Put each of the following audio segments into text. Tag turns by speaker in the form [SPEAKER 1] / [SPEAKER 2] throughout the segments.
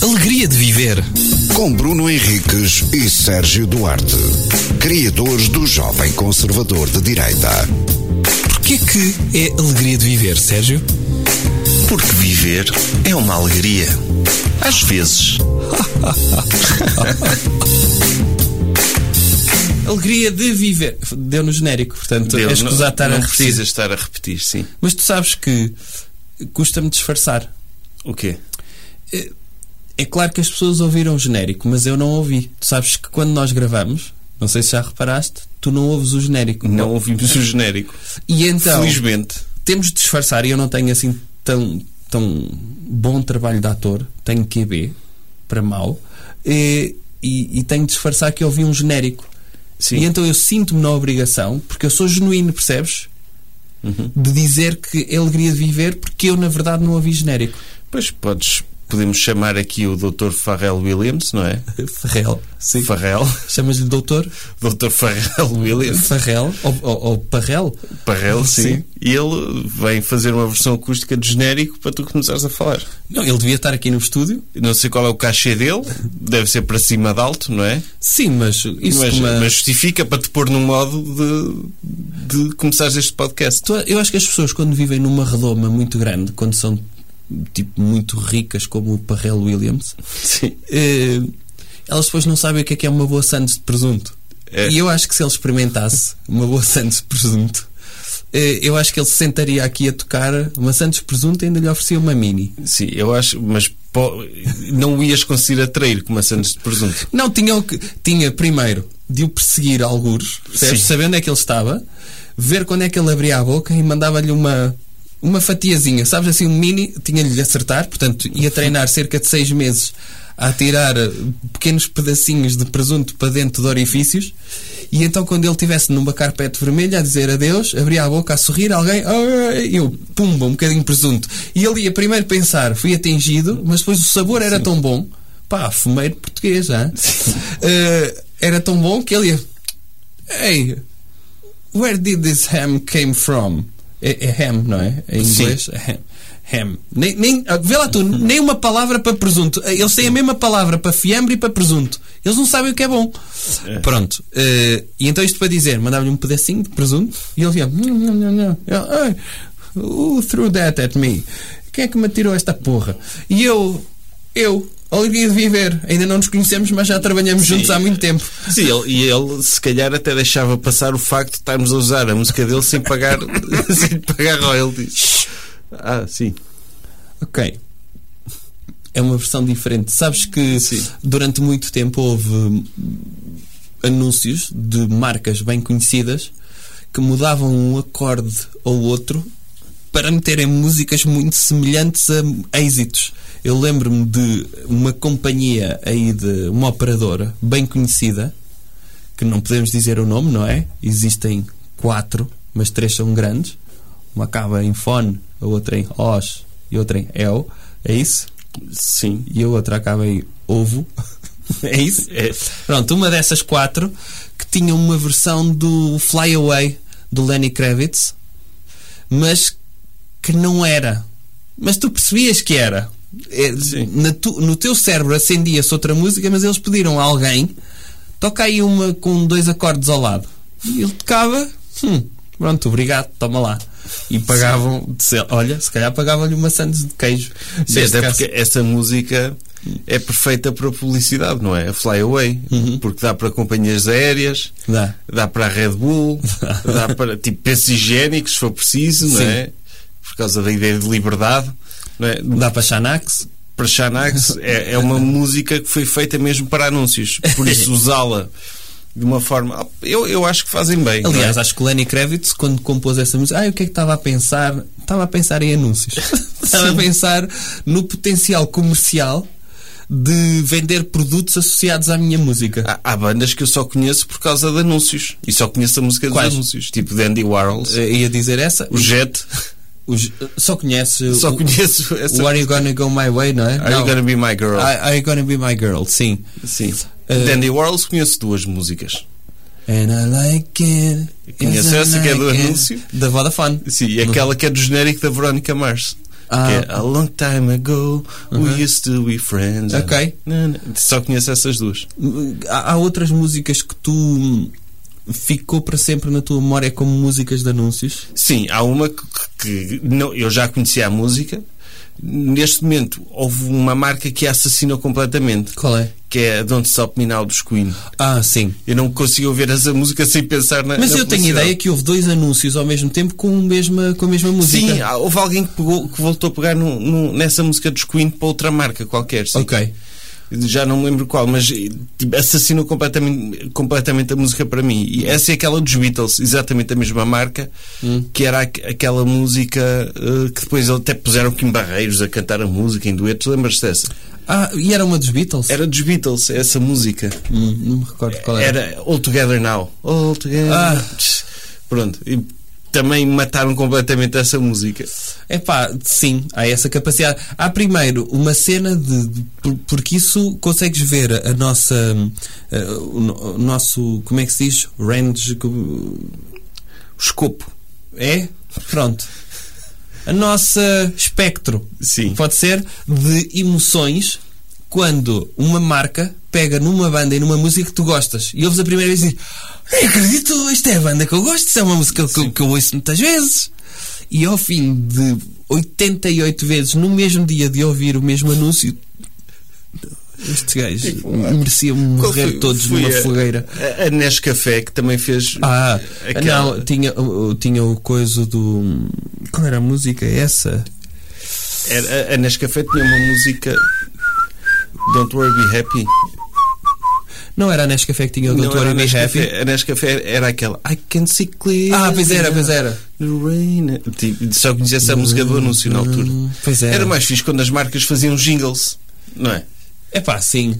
[SPEAKER 1] Alegria de Viver.
[SPEAKER 2] Com Bruno Henriques e Sérgio Duarte, criadores do Jovem Conservador de Direita.
[SPEAKER 1] Porquê que é alegria de viver, Sérgio?
[SPEAKER 3] Porque viver é uma alegria. Às vezes.
[SPEAKER 1] Alegria de viver. Deu no genérico, portanto,
[SPEAKER 3] Deu,
[SPEAKER 1] é escusado estar
[SPEAKER 3] Então, não
[SPEAKER 1] a repetir.
[SPEAKER 3] precisa estar a repetir, sim.
[SPEAKER 1] Mas tu sabes que custa-me disfarçar.
[SPEAKER 3] O quê?
[SPEAKER 1] É claro que as pessoas ouviram o genérico, mas eu não ouvi. Tu sabes que quando nós gravamos, não sei se já reparaste, tu não ouves o genérico.
[SPEAKER 3] Não ouvimos o genérico.
[SPEAKER 1] E então,
[SPEAKER 3] Felizmente.
[SPEAKER 1] temos de disfarçar e eu não tenho assim tão, tão bom trabalho de ator. Tenho QB, para mal. E, e, e tenho de disfarçar que ouvi um genérico.
[SPEAKER 3] Sim.
[SPEAKER 1] E então eu sinto-me na obrigação, porque eu sou genuíno, percebes?
[SPEAKER 3] Uhum.
[SPEAKER 1] De dizer que é alegria de viver, porque eu, na verdade, não ouvi genérico.
[SPEAKER 3] Pois podes, podemos chamar aqui o Dr. Farrell Williams, não é?
[SPEAKER 1] Farrel. Sim.
[SPEAKER 3] Farrell.
[SPEAKER 1] Chamas-lhe doutor?
[SPEAKER 3] Dr. Farrell Williams.
[SPEAKER 1] Farrell? Ou, ou, ou Parrel?
[SPEAKER 3] Farrell, sim.
[SPEAKER 1] Sim.
[SPEAKER 3] E ele vem fazer uma versão acústica de genérico para tu começares a falar.
[SPEAKER 1] Não, ele devia estar aqui no estúdio.
[SPEAKER 3] Não sei qual é o cachê dele, deve ser para cima de alto, não é?
[SPEAKER 1] Sim, mas isso
[SPEAKER 3] mas,
[SPEAKER 1] uma-
[SPEAKER 3] mas justifica para te pôr num modo de, de começares este podcast.
[SPEAKER 1] Tu- Então, Eu acho que as pessoas, quando vivem numa redoma muito grande, quando são tipo muito ricas, como o Parrel Williams,
[SPEAKER 3] Sim.
[SPEAKER 1] eh, elas depois não sabem o que é que é uma boa sandes de presunto.
[SPEAKER 3] É.
[SPEAKER 1] E eu acho que se ele experimentasse uma boa sandes de presunto, eh, eu acho que ele se sentaria aqui a tocar uma sandes de presunto e ainda lhe oferecia uma mini.
[SPEAKER 3] Sim, eu acho, mas po- não o ias conseguir atrair com maçãs de presunto.
[SPEAKER 1] Não, tinham que. Tinha primeiro de o perseguir algures, percebes?
[SPEAKER 3] Sim.
[SPEAKER 1] saber onde é que ele estava, ver quando é que ele abria a boca e mandava-lhe uma. Uma fatiazinha, sabes assim, um mini, tinha-lhe de acertar, portanto, ia treinar cerca de seis meses a tirar pequenos pedacinhos de presunto para dentro de orifícios, e então quando ele estivesse numa carpete vermelha a dizer adeus, abria a boca a sorrir, alguém, "Ai", e eu, pumba, um bocadinho de presunto. E ele ia primeiro pensar, fui atingido, mas depois o sabor era tão bom, pá, fumeiro português, hã? Eh, era tão bom que ele ia, Hey, where did this ham came from? É, é ham, não é? Em
[SPEAKER 3] Sim.
[SPEAKER 1] inglês? é Ham. ham. Nem, nem, ah, vê lá tu, nem uma palavra para presunto. Ah, Eles têm a mesma palavra para fiambre e para presunto. Eles não sabem o que é bom. Pronto. eh, e então isto para dizer, mandava-lhe um pedacinho de presunto e ele ia... "Nham, nham, nham, nham." Eu, "Ai, Who threw that at me? Quem é que me atirou esta porra? E eu... Eu... Alegria de viver. Ainda não nos conhecemos, mas já trabalhamos juntos há muito tempo.
[SPEAKER 3] Sim, ele- e ele se calhar até deixava passar o facto de estarmos a usar a música dele sem pagar, sem pagar royalties. Ah, sim.
[SPEAKER 1] Ok. É uma versão diferente. Sabes que
[SPEAKER 3] Sim.
[SPEAKER 1] durante muito tempo houve hum, anúncios de marcas bem conhecidas que mudavam um acorde ou outro para meterem músicas muito semelhantes a êxitos. Eu lembro-me de uma companhia aí de uma operadora bem conhecida que não podemos dizer o nome, não é? Existem quatro, mas três são grandes. Uma acaba em fone, a outra em os e a outra em el. É isso?
[SPEAKER 3] Sim.
[SPEAKER 1] E a outra acaba em ovo. é isso?
[SPEAKER 3] É.
[SPEAKER 1] Pronto, uma dessas quatro que tinha uma versão do Fly Away do Lenny Kravitz, mas que não era. Mas tu percebias que era. É,
[SPEAKER 3] Sim.
[SPEAKER 1] na tu- no teu cérebro acendia-se outra música, mas eles pediram a alguém toca aí uma com dois acordes ao lado. E ele tocava, hum, pronto, obrigado, toma lá. E pagavam, se- olha, se calhar pagavam-lhe uma sandes de queijo.
[SPEAKER 3] Sim,
[SPEAKER 1] Neste
[SPEAKER 3] até
[SPEAKER 1] caso-
[SPEAKER 3] porque essa música é perfeita para publicidade, não é? A Fly Away. Porque dá para companhias aéreas,
[SPEAKER 1] Dá.
[SPEAKER 3] dá para a Red Bull, dá para tipo pensos higiênicos, se for preciso, não
[SPEAKER 1] Sim.
[SPEAKER 3] é? Por causa da ideia de liberdade, não é?
[SPEAKER 1] Dá para Xanax?
[SPEAKER 3] Para Xanax é, é uma música que foi feita mesmo para anúncios. Por isso usá-la de uma forma. Ah, Eu, eu acho que fazem bem. não é?
[SPEAKER 1] Aliás, acho que o Lenny Kravitz, quando compôs essa música, ai, o que é que estava a pensar? Estava a pensar em anúncios. estava a pensar no potencial comercial de vender produtos associados à minha música.
[SPEAKER 3] Há, há bandas que eu só conheço por causa de anúncios. E só conheço a música dos
[SPEAKER 1] Quais?
[SPEAKER 3] anúncios. Tipo de Andy Warhol,
[SPEAKER 1] Eh, ia dizer essa?
[SPEAKER 3] o Jet.
[SPEAKER 1] Os- só conhece
[SPEAKER 3] Só
[SPEAKER 1] o,
[SPEAKER 3] conheço essa.
[SPEAKER 1] o Are You Gonna Go My Way, não é?
[SPEAKER 3] Are
[SPEAKER 1] não.
[SPEAKER 3] You Gonna Be Ah, é. My Girl?
[SPEAKER 1] Are, Are You Gonna Be My Girl, sim.
[SPEAKER 3] Sim.
[SPEAKER 1] Eh,
[SPEAKER 3] de Andy Warhol conheço duas músicas.
[SPEAKER 1] And I like it.
[SPEAKER 3] Conhece
[SPEAKER 1] yes, I
[SPEAKER 3] essa que é do
[SPEAKER 1] like it.
[SPEAKER 3] anúncio?
[SPEAKER 1] Da Vodafone.
[SPEAKER 3] Uhum. Sim, e aquela que é do genérico da Verónica Mars.
[SPEAKER 1] Ah.
[SPEAKER 3] Que é A Long Time Ago, We Used to Be Friends.
[SPEAKER 1] Ok.
[SPEAKER 3] Não, não, Só conheço essas duas.
[SPEAKER 1] Há, há outras músicas que tu hum, ficou para sempre na tua memória como músicas de anúncios?
[SPEAKER 3] Sim, há uma que, que não, eu já conhecia a música. Neste momento, houve uma marca que a assassinou completamente,
[SPEAKER 1] Qual é?
[SPEAKER 3] que é a Don't Stop Me Now dos Queen.
[SPEAKER 1] Ah, sim.
[SPEAKER 3] Eu não consigo ouvir essa música sem pensar na
[SPEAKER 1] Mas
[SPEAKER 3] na
[SPEAKER 1] eu tenho
[SPEAKER 3] publicidade.
[SPEAKER 1] ideia que houve dois anúncios ao mesmo tempo com a mesma, com a mesma música.
[SPEAKER 3] Sim, há- houve alguém que, pegou- que voltou a pegar no- no- nessa música dos Queen para outra marca qualquer. Sim.
[SPEAKER 1] Ok.
[SPEAKER 3] Já não me lembro qual, mas eh, tipo, assassinou completamente, completamente a música para mim. E essa é aquela dos Beatles, exatamente a mesma marca,
[SPEAKER 1] Hum.
[SPEAKER 3] que era aqu- aquela música eh, que depois eles até puseram Kim Barreiros a cantar a música em duetos. Lembras-te dessa?
[SPEAKER 1] Ah, e era uma dos Beatles?
[SPEAKER 3] Era dos Beatles, essa música.
[SPEAKER 1] Hum, não me recordo qual era.
[SPEAKER 3] Era All Together Now. All Together.
[SPEAKER 1] Ah.
[SPEAKER 3] Pronto. E também mataram completamente essa música.
[SPEAKER 1] É pá, sim, há essa capacidade. Há primeiro uma cena de. de- por- porque isso consegues ver a nossa. hum, eh, o, no- o nosso. Como é que se diz? Range. como-
[SPEAKER 3] Escopo.
[SPEAKER 1] É? Pronto. A nossa espectro.
[SPEAKER 3] Sim.
[SPEAKER 1] Pode ser de emoções quando uma marca pega numa banda e numa música que tu gostas e ouves a primeira vez e dizes "Não acredito, isto é a banda que eu gosto, isto é uma música que, eu- que eu ouço muitas vezes. E ao fim de 88 vezes no mesmo dia de ouvir o mesmo anúncio, este gajo merecia
[SPEAKER 3] Qual
[SPEAKER 1] morrer
[SPEAKER 3] foi-
[SPEAKER 1] todos
[SPEAKER 3] foi
[SPEAKER 1] numa
[SPEAKER 3] a-
[SPEAKER 1] fogueira.
[SPEAKER 3] A, a Nescafé, que também fez.
[SPEAKER 1] Ah,
[SPEAKER 3] aquela-
[SPEAKER 1] não, tinha, o- o- tinha o coisa do. Qual era a música essa?
[SPEAKER 3] era- a, a Nescafé tinha uma música. Don't Worry Be Happy.
[SPEAKER 1] Não era a Nescafé que tinha o
[SPEAKER 3] Não
[SPEAKER 1] Doutor
[SPEAKER 3] era a
[SPEAKER 1] Be
[SPEAKER 3] Nescafé,
[SPEAKER 1] Happy?
[SPEAKER 3] A Nescafé era aquela. I can see clear.
[SPEAKER 1] Ah, pois era, pois era.
[SPEAKER 3] Rain. Tipo, Só conhecia essa música do anúncio na altura.
[SPEAKER 1] Hum, Pois era.
[SPEAKER 3] Era mais fixe quando as marcas faziam jingles, não é?
[SPEAKER 1] É pá, sim.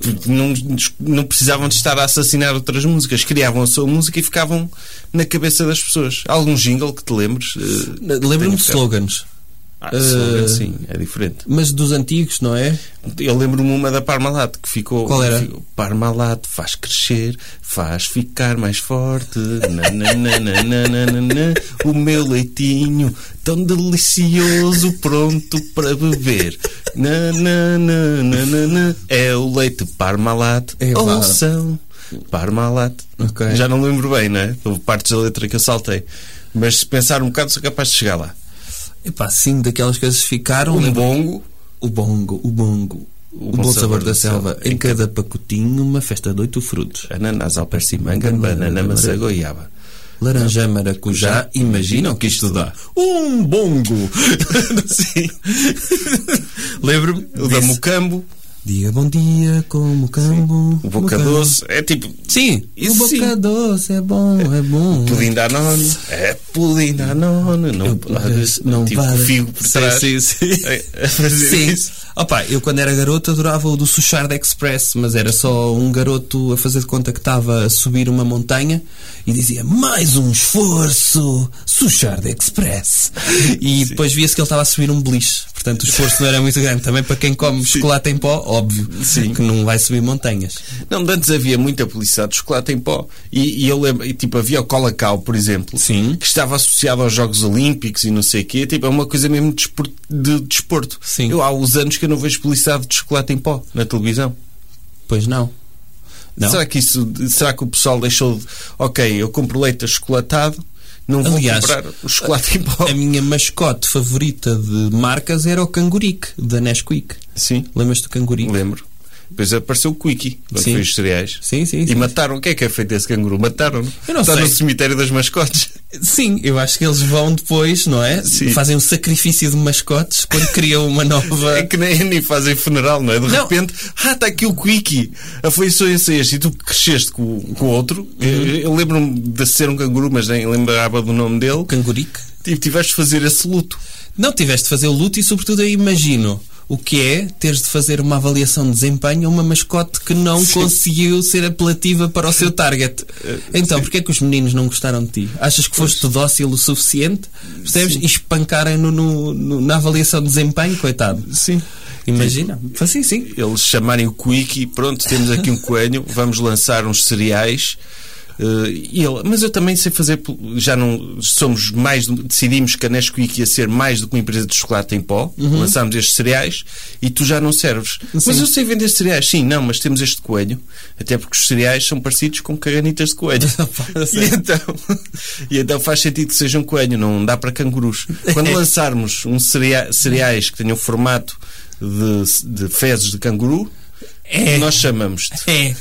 [SPEAKER 3] Porque Não, não precisavam de estar a assassinar outras músicas, criavam a sua música e ficavam na cabeça das pessoas. Há Algum jingle que te lembres? Eh,
[SPEAKER 1] Lembro-me de
[SPEAKER 3] tenho-
[SPEAKER 1] slogans,
[SPEAKER 3] Ah,
[SPEAKER 1] Eh,
[SPEAKER 3] slogan, sim, é diferente.
[SPEAKER 1] mas dos antigos, não é?
[SPEAKER 3] Eu lembro-me uma da Parmalat que ficou.
[SPEAKER 1] Qual era?
[SPEAKER 3] ficou, Parmalat faz crescer, faz ficar mais forte. Na, na, na, na, na, na, na, na. O meu leitinho tão delicioso, pronto para beber. Na, na, na, na, na, na. É o leite Parmalat.
[SPEAKER 1] É vá.
[SPEAKER 3] Ouçam. Parmalat.
[SPEAKER 1] Ok.
[SPEAKER 3] Já não lembro bem, não é? Houve partes da letra que eu saltei. Mas se pensar um bocado, sou capaz de chegar lá.
[SPEAKER 1] É pá, sim, daquelas coisas que ficaram.
[SPEAKER 3] Um
[SPEAKER 1] lembro-
[SPEAKER 3] bongo.
[SPEAKER 1] O bongo, o bongo. O, bom sabor da, selva. Em cada pacotinho, uma festa de oito frutos.
[SPEAKER 3] Ananás, alperce e manga, banana, maçã, goiaba.
[SPEAKER 1] Laranja, maracujá, imagina o que isto dá. Um bongo!
[SPEAKER 3] Sim.
[SPEAKER 1] Lembro-me
[SPEAKER 3] O da
[SPEAKER 1] disso.
[SPEAKER 3] mucambo,
[SPEAKER 1] Dia bom dia, como cambo.
[SPEAKER 3] o boca
[SPEAKER 1] mucambo.
[SPEAKER 3] doce. É tipo,
[SPEAKER 1] Sim,
[SPEAKER 3] Isso
[SPEAKER 1] o boca
[SPEAKER 3] sim.
[SPEAKER 1] doce é bom, é bom.
[SPEAKER 3] pudim da Danone. É pudim da Danone. Não,
[SPEAKER 1] mas não
[SPEAKER 3] um tipo,
[SPEAKER 1] vale.
[SPEAKER 3] figo por
[SPEAKER 1] Sim,
[SPEAKER 3] trás.
[SPEAKER 1] sim, sim.
[SPEAKER 3] A- a fazer
[SPEAKER 1] Sim.
[SPEAKER 3] isso.
[SPEAKER 1] Opa, eu quando era garoto adorava o do Sushard Express, mas era só um garoto a fazer de conta que estava a subir uma montanha e dizia mais um esforço, Sushard Express. E depois via-se que ele estava a subir um beliche. Portanto, o esforço não era muito grande. Também para quem come chocolate em pó, óbvio,
[SPEAKER 3] Sim.
[SPEAKER 1] que não vai subir montanhas.
[SPEAKER 3] Não, de antes havia muita publicidade de chocolate em pó. E, e eu lembro, e, tipo, havia o Colacau, por exemplo,
[SPEAKER 1] Sim.
[SPEAKER 3] que estava associado aos Jogos Olímpicos e não sei o quê. Tipo, é uma coisa mesmo de, despor- de desporto.
[SPEAKER 1] Sim.
[SPEAKER 3] Eu, há uns anos que eu não vejo publicidade de chocolate em pó na televisão.
[SPEAKER 1] Pois não. Não.
[SPEAKER 3] Será que isso será que o pessoal deixou de ok, eu compro leite achocolatado, não vou
[SPEAKER 1] Aliás,
[SPEAKER 3] comprar o chocolate em pó.
[SPEAKER 1] A minha mascote favorita de marcas era o Cangurique, da Nesquik.
[SPEAKER 3] Sim,
[SPEAKER 1] Lembras-te do Cangurique?
[SPEAKER 3] lembro. Depois apareceu o Quickie, quando
[SPEAKER 1] Sim.
[SPEAKER 3] foi os cereais.
[SPEAKER 1] Sim, sim,
[SPEAKER 3] E
[SPEAKER 1] sim.
[SPEAKER 3] mataram. O que é que é feito desse canguru? Mataram-no.
[SPEAKER 1] Eu não
[SPEAKER 3] Está
[SPEAKER 1] sei.
[SPEAKER 3] no cemitério das mascotes.
[SPEAKER 1] Sim, eu acho que eles vão depois, não é?
[SPEAKER 3] Sim.
[SPEAKER 1] Fazem um sacrifício de mascotes quando criam uma
[SPEAKER 3] É
[SPEAKER 1] nova.
[SPEAKER 3] que nem, nem fazem funeral, não é? De
[SPEAKER 1] Não.
[SPEAKER 3] repente, ah, está aqui o Quickie. Afeições a este. E tu que cresceste com, o- com o outro.
[SPEAKER 1] Uhum.
[SPEAKER 3] Eu, eu lembro-me de ser um canguru, mas nem lembrava do nome dele.
[SPEAKER 1] Cangurique.
[SPEAKER 3] E tiveste de fazer esse luto.
[SPEAKER 1] Não tiveste de fazer o luto e, sobretudo, eu imagino o que é teres de fazer uma avaliação de desempenho a uma mascote que não conseguiu ser apelativa para o seu target.
[SPEAKER 3] Eh,
[SPEAKER 1] Então, porquê é que os meninos não gostaram de ti? Achas que foste dócil o suficiente? Percebes? E espancarem-no no- no- na avaliação de desempenho, coitado.
[SPEAKER 3] Sim.
[SPEAKER 1] Imagina. Sim, sim.
[SPEAKER 3] eles chamarem o Quickie, pronto, temos aqui um coelho, vamos lançar uns cereais Eh, e ele, mas eu também sei fazer. pol- Já não somos mais. do- Decidimos que a Nesquik ia ser mais do que uma empresa de chocolate em pó. Lançámos estes cereais e tu já não serves. Mas eu sei vender cereais, sim, não, mas temos este coelho. Até porque os cereais são parecidos com caganitas de coelho. e, então, e então faz sentido que seja um coelho, não dá para cangurus.
[SPEAKER 1] É.
[SPEAKER 3] Quando lançarmos um cerea- cereais que tenham o formato de, de fezes de canguru,
[SPEAKER 1] É.
[SPEAKER 3] nós chamamos-te.
[SPEAKER 1] É.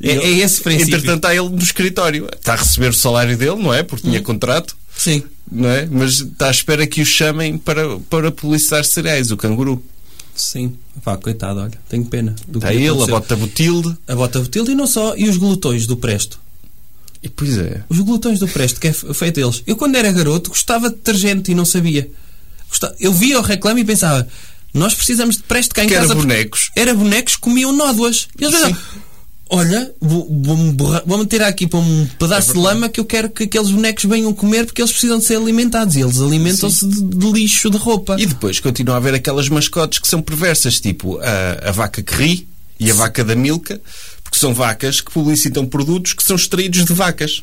[SPEAKER 1] É, é esse o princípio.
[SPEAKER 3] Entretanto, está ele no escritório. Está a receber o salário dele, não é? Porque
[SPEAKER 1] Hum.
[SPEAKER 3] tinha contrato,
[SPEAKER 1] Sim.
[SPEAKER 3] não é? Mas está à espera que o chamem para, para policiar cereais, o canguru.
[SPEAKER 1] Sim. Pá, coitado, olha. Tenho pena. do
[SPEAKER 3] Está
[SPEAKER 1] que lhe
[SPEAKER 3] Tá ele, a
[SPEAKER 1] aconteceu.
[SPEAKER 3] bota botilde.
[SPEAKER 1] A bota botilde e não só. E os glutões do Presto.
[SPEAKER 3] E pois é.
[SPEAKER 1] Os glutões do Presto, que é fe- feito deles. Eu, quando era garoto, gostava de detergente e não sabia. Gosta- Eu via o reclame e pensava, nós precisamos de Presto cá em
[SPEAKER 3] Que era
[SPEAKER 1] casa. porque-
[SPEAKER 3] bonecos.
[SPEAKER 1] Era bonecos que comiam nódoas. E eles pensavam, olha, vou- vou-me borra- vou-me tirar aqui para um
[SPEAKER 3] É
[SPEAKER 1] pedaço de lama que eu quero que aqueles bonecos venham comer porque eles precisam de ser alimentados. E eles alimentam-se de, de lixo, de roupa.
[SPEAKER 3] E depois continua a haver aquelas mascotes que são perversas, tipo a, a vaca que ri e a vaca da Milka, porque são vacas que publicitam produtos que são extraídos de vacas.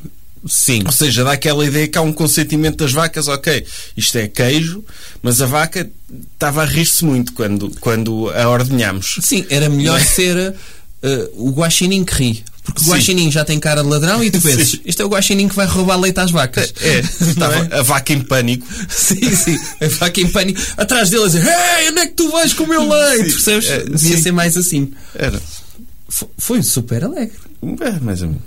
[SPEAKER 1] Sim.
[SPEAKER 3] Ou seja, dá aquela ideia que há um consentimento das vacas, ok, isto é queijo, mas a vaca estava a rir-se muito quando, quando a ordenhámos.
[SPEAKER 1] Sim, era melhor ser eh, o guaxinim que ri. Porque o
[SPEAKER 3] é? Sim.
[SPEAKER 1] guaxinim já tem cara de ladrão e tu pensas, este é o guaxinim que vai roubar leite às vacas.
[SPEAKER 3] É, estava a vaca em pânico.
[SPEAKER 1] Sim, sim. A vaca em pânico. Atrás dele a dizer, ei, onde é que tu vais com o meu leite?
[SPEAKER 3] Sim.
[SPEAKER 1] Percebes?
[SPEAKER 3] É,
[SPEAKER 1] Devia
[SPEAKER 3] sim.
[SPEAKER 1] ser mais assim.
[SPEAKER 3] Era.
[SPEAKER 1] Fo- Foi super alegre.
[SPEAKER 3] É, mais ou menos.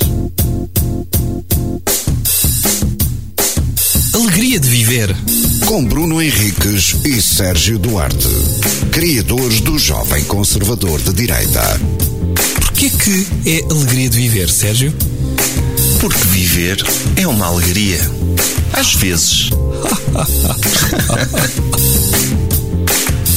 [SPEAKER 4] Alegria de viver.
[SPEAKER 2] Com Bruno Henriques e Sérgio Duarte, criadores do Jovem Conservador de Direita.
[SPEAKER 4] Porquê que é alegria de viver, Sérgio?
[SPEAKER 5] Porque viver é uma alegria. Às vezes.